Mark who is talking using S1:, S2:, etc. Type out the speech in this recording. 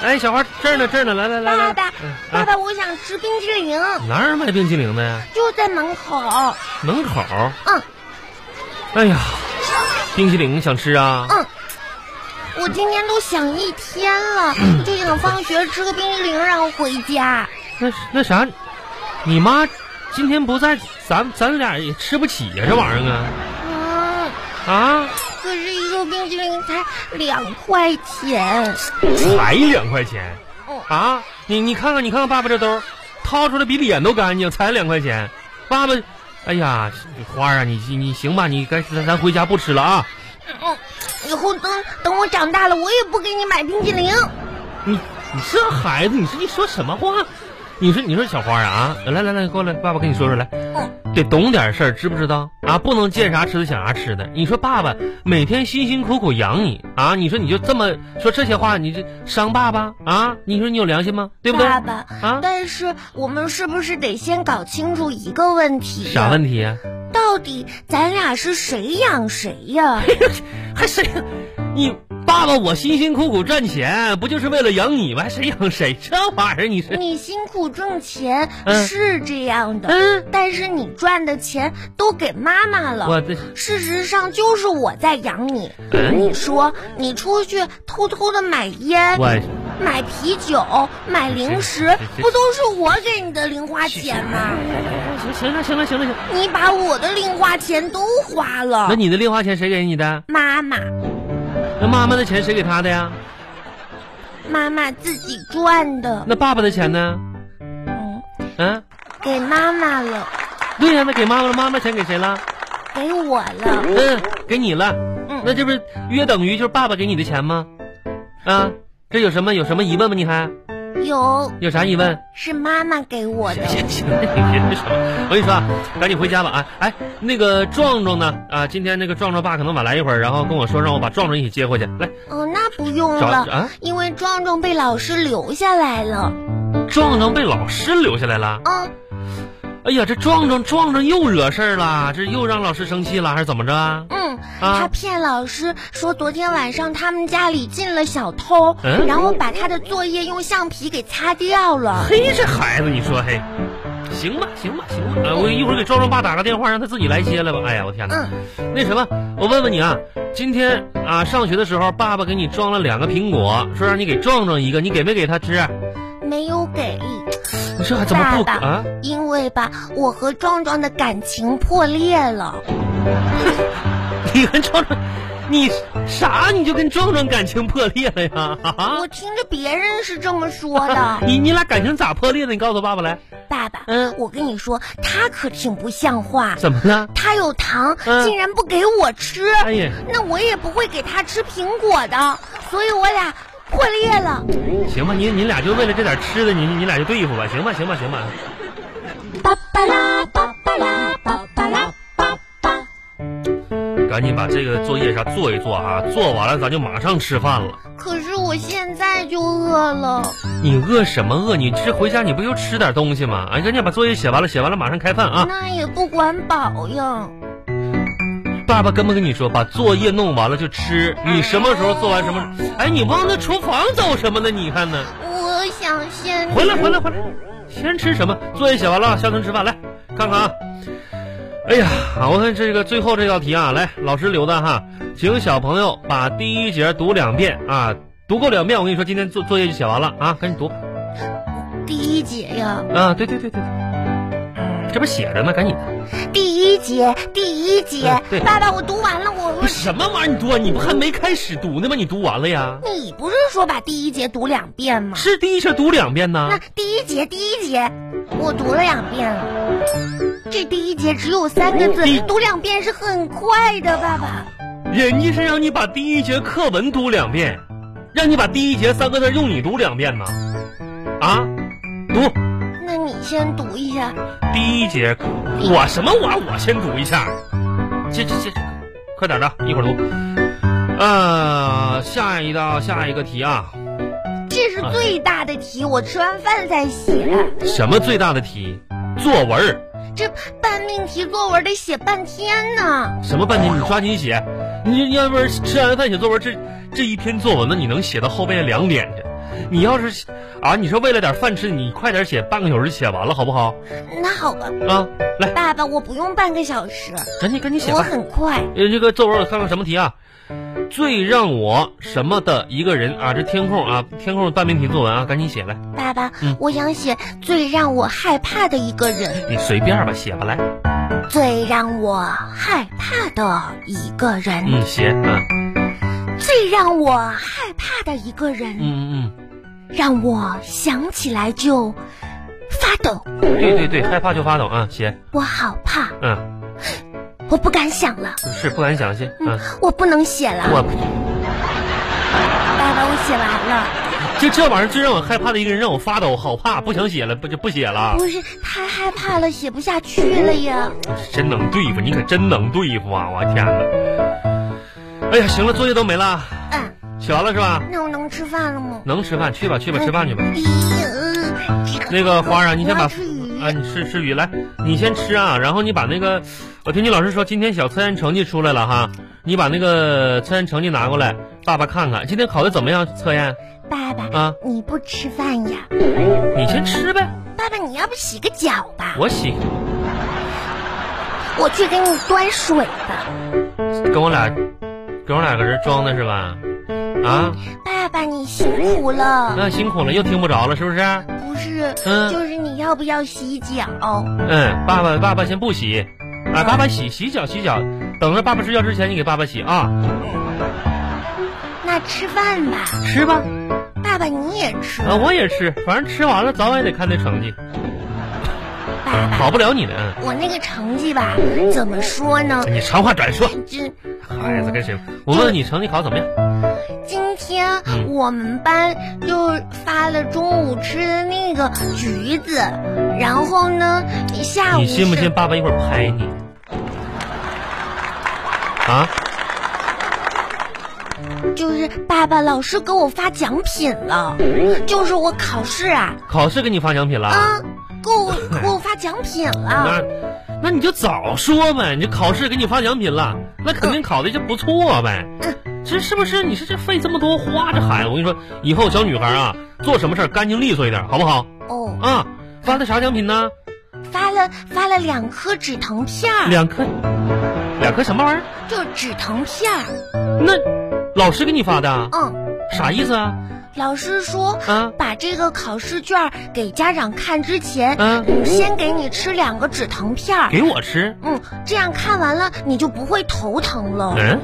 S1: 哎，小花，这儿呢，这儿呢，来来来，
S2: 爸
S1: 来
S2: 爸
S1: 嗯，
S2: 爸
S1: 啊
S2: 爸，我想吃冰淇淋，
S1: 哪儿买冰淇淋的呀？
S2: 就在门口。
S1: 门口儿。
S2: 嗯
S1: 哎呀，冰淇淋想吃啊？
S2: 嗯，我今天都想一天了，
S1: 嗯
S2: 就想放学吃个冰淇淋，然后回家。
S1: 那那啥，你妈今天不在，咱咱俩也吃不起呀、这玩意儿啊
S2: 嗯，
S1: 啊，
S2: 可是，一个冰淇淋才两块钱。
S1: 才两块钱
S2: 哦
S1: 啊！你你看看你看看爸爸这兜，掏出来比脸都干净，才两块钱。爸爸，哎呀，花儿啊，你你行吧，你该咱咱回家不吃了啊。
S2: 嗯，以后等等我长大了，我也不给你买冰淇淋。
S1: 你你这孩子，你说你说什么话？你说你说小花啊，来来来，过来，爸爸跟你说说来，
S2: 嗯
S1: 得懂点事儿，知不知道啊？不能见啥吃的想啥吃的。你说爸爸每天辛辛苦苦养你啊，你说你就这么说这些话，你这伤爸爸啊？你说你有良心吗？对不对？
S2: 爸爸，
S1: 啊，
S2: 但是我们是不是得先搞清楚一个问题？
S1: 啥问题啊？
S2: 到底咱俩是谁养谁呀？
S1: 还谁？ 你爸爸我辛辛苦苦赚钱，不就是为了养你吗？还谁养谁？这玩意儿你是
S2: 你辛苦挣钱
S1: 嗯
S2: 是这样的，
S1: 嗯，
S2: 但是你赚的钱都给妈妈了。
S1: 我这
S2: 事实上就是我在养你。
S1: 嗯
S2: 你说你出去偷偷的买烟、
S1: 我。
S2: 买啤酒、买零
S1: 这
S2: 食
S1: 这，这
S2: 不都是我给你的零花钱吗？
S1: 嗯行行了，行了，行了，行了。
S2: 你把我的零花钱都花
S1: 那
S2: 了。
S1: 你的零花钱谁给你的？
S2: 妈妈，
S1: 那妈妈的钱谁给她的呀？
S2: 妈妈自己赚的，
S1: 那爸爸的钱呢？
S2: 嗯，
S1: 嗯、
S2: 给妈妈了，
S1: 对呀、那给妈妈了，妈妈钱给谁了？
S2: 给我了。
S1: 嗯，给你了。
S2: 嗯
S1: 那这不是约等于就是爸爸给你的钱吗？啊，这有什么有什么疑问吗？你还
S2: 嗯有
S1: 有啥疑问？
S2: 是妈妈给我的，
S1: 行行，那你别那什么，我跟你说啊，赶紧回家吧啊！哎，那个壮壮呢？啊，今天那个壮壮爸可能晚来一会儿，然后跟我说让我把壮壮一起接回去。来，
S2: 哦，那不用
S1: 找
S2: 了，
S1: 啊，
S2: 因为壮壮被老师留下来了。
S1: 壮壮被老师留下来了。
S2: 嗯，
S1: 哎呀，这壮壮壮壮又惹事儿了，这又让老师生气了，还是怎么着啊？
S2: 嗯，
S1: 啊
S2: 他骗老师说昨天晚上他们家里进了小偷，
S1: 嗯
S2: 然后把他的作业用橡皮给擦掉了。
S1: 嘿，这孩子，你说嘿，行吧，行吧，行吧，呃、我一会儿给壮壮爸打个电话，让他自己来接来吧。哎呀，我天哪！
S2: 嗯，
S1: 那什么，我问问你啊，今天啊上学的时候，爸爸给你装了两个苹果，说让你给壮壮一个，你给没给他吃？啊
S2: 没有给，
S1: 你这还怎么不
S2: 爸爸
S1: 啊？
S2: 因为吧，我和壮壮的感情破裂了。
S1: 你跟壮壮，你啥？你就跟壮壮感情破裂了呀？ 啊、，
S2: 我听着别人是这么说的
S1: 你你俩感情咋破裂的？你告诉爸爸来，
S2: 爸爸，
S1: 嗯
S2: 我跟你说，他可挺不像话，
S1: 怎么了？
S2: 他有糖，
S1: 嗯
S2: 竟然不给我吃。
S1: 哎呀。
S2: 那我也不会给他吃苹果的，所以我俩破裂了。
S1: 行吧，你你俩就为了这点吃的，你你俩就对付吧，行吧，行吧，行吧。
S2: 巴巴拉巴巴拉巴巴拉巴巴。
S1: 赶紧把这个作业啥做一做啊，做完了咱就马上吃饭了。
S2: 可是我现在就饿了，
S1: 你饿什么饿？你这回家你不就吃点东西吗？哎，赶紧把作业写完了，写完了马上开饭啊！
S2: 那也不管饱呀。
S1: 爸爸跟没跟你说，把作业弄完了就吃。你什么时候做完什么时候？哎，你往那厨房走什么呢？你看呢？
S2: 我想先
S1: 回来，回来，回来，先吃什么？作业写完了，下顿吃饭来，看看啊。哎呀，我看这个最后这道题啊，来，老师留的哈，请小朋友把第一节读两遍啊，读够两遍，我跟你说，今天作作业就写完了啊，赶紧读
S2: 第一节呀，
S1: 啊，对对对对，这不写着呢，赶紧。
S2: 第一节，第一节
S1: 嗯对。
S2: 爸爸，我读完了，我
S1: 不是什么玩意儿？你读啊，你不还没开始读呢吗？你读完了呀？
S2: 你不是说把第一节读两遍吗？
S1: 是第一节读两遍呢
S2: 那。第一节，第一节，我读了两遍了。这第一节只有三个字
S1: 哦第，
S2: 读两遍是很快的，爸爸。
S1: 人家是让你把第一节课文读两遍，让你把第一节三个字用你读两遍呢，啊，读
S2: 那你先读一下，
S1: 第一节课，我什么玩意儿？我先读一下，这这这，快点的，一会儿读。呃，下一道下一个题啊，
S2: 这是最大的题，我吃完饭才写。
S1: 什么最大的题？作文儿。
S2: 这半命题作文得写半天呢。
S1: 什么半天？你抓紧写，你要不然吃完饭写作文，这这一篇作文呢，你能写到后半夜两点去。你要是啊，你说为了点饭吃，你快点写，半个小时写完了好不好？
S2: 那好吧，
S1: 啊，来，
S2: 爸爸，我不用半个小时，
S1: 赶紧赶紧写
S2: 我
S1: 吧。
S2: 很快。
S1: 呃，这个作文我看看什么题啊？最让我什么的一个人啊？这填空啊，填空半命题作文啊，赶紧写来。
S2: 爸爸，
S1: 嗯
S2: 我想写最让我害怕的一个人，
S1: 你随便吧，写吧，来，
S2: 最让我害怕的一个人，
S1: 嗯，写，嗯
S2: 最让我害怕的一个人，
S1: 嗯嗯
S2: 让我想起来就发抖。
S1: 嗯，对对对，害怕就发抖啊，写，
S2: 我好怕，
S1: 嗯，
S2: 我不敢想了，
S1: 是不敢想，写，嗯
S2: 嗯，，我不能写了。
S1: 我
S2: 爸爸，我写完了，
S1: 就这玩意儿最让我害怕的一个人让我发抖，好怕，不想写了，不就不写了，
S2: 不是太害怕了，写不下去了呀。
S1: 真能对付，你可真能对付啊，我天哪！哎呀，行了，作业都没了，
S2: 嗯，
S1: 写完了是吧？
S2: 那我能吃饭了吗？
S1: 能吃饭去吧，去吧，吃饭去吧。
S2: 咦，呃这个
S1: 那个花儿啊，你先把
S2: 我要吃鱼
S1: 啊，你吃吃鱼来，你先吃啊，然后你把那个，我听你老师说今天小测验成绩出来了哈，你把那个测验成绩拿过来，爸爸看看今天考的怎么样？测验
S2: 爸爸，
S1: 啊，
S2: 你不吃饭呀？
S1: 你先吃呗，
S2: 爸爸，你要不洗个脚吧？
S1: 我洗，
S2: 我去给你端水吧。
S1: 跟我俩，跟我俩搁这装的是吧？啊，
S2: 爸爸，你辛苦了。
S1: 那辛苦了，又听不着了是不是？
S2: 不是，
S1: 嗯
S2: 就是你要不要洗脚？
S1: 嗯，爸爸爸爸先不洗，啊，爸爸洗洗脚洗脚，等着爸爸睡觉之前你给爸爸洗啊，
S2: 那吃饭吧，
S1: 吃吧，
S2: 爸爸你也吃。
S1: 啊，我也吃，反正吃完了早晚也得看那成绩。
S2: 爸爸，
S1: 跑不了你的。嗯
S2: 我那个成绩吧，怎么说呢？
S1: 你长话短说，
S2: 这
S1: 孩子跟谁？我问问你成绩考得怎么样？
S2: 今天
S1: 嗯
S2: 我们班就发了中午吃的那个橘子，然后呢，下午
S1: 你信不
S2: 是
S1: 信爸爸一会儿拍你？啊？
S2: 就是爸爸老师给我发奖品了，就是我考试啊，
S1: 考试给你发奖品了？
S2: 啊，给 我给我发奖品了。
S1: 那，那你就早说呗！你考试给你发奖品了，那肯
S2: 嗯
S1: 定考的就不错呗。这是不是？你说这费这么多话，这孩子，我跟你说，以后小女孩啊，做什么事儿干净利索一点，好不好？
S2: 哦，
S1: 啊，发的啥奖品呢？
S2: 发了发了两颗止疼片儿，
S1: 两颗，两颗什么玩意儿？
S2: 就止疼片儿。
S1: 那老师给你发的啊，
S2: 嗯，
S1: 啥意思啊？
S2: 老师说
S1: 啊，
S2: 把这个考试卷儿给家长看之前，
S1: 嗯
S2: 先给你吃两个止疼片儿。
S1: 给我吃。
S2: 嗯，这样看完了你就不会头疼了。
S1: 嗯，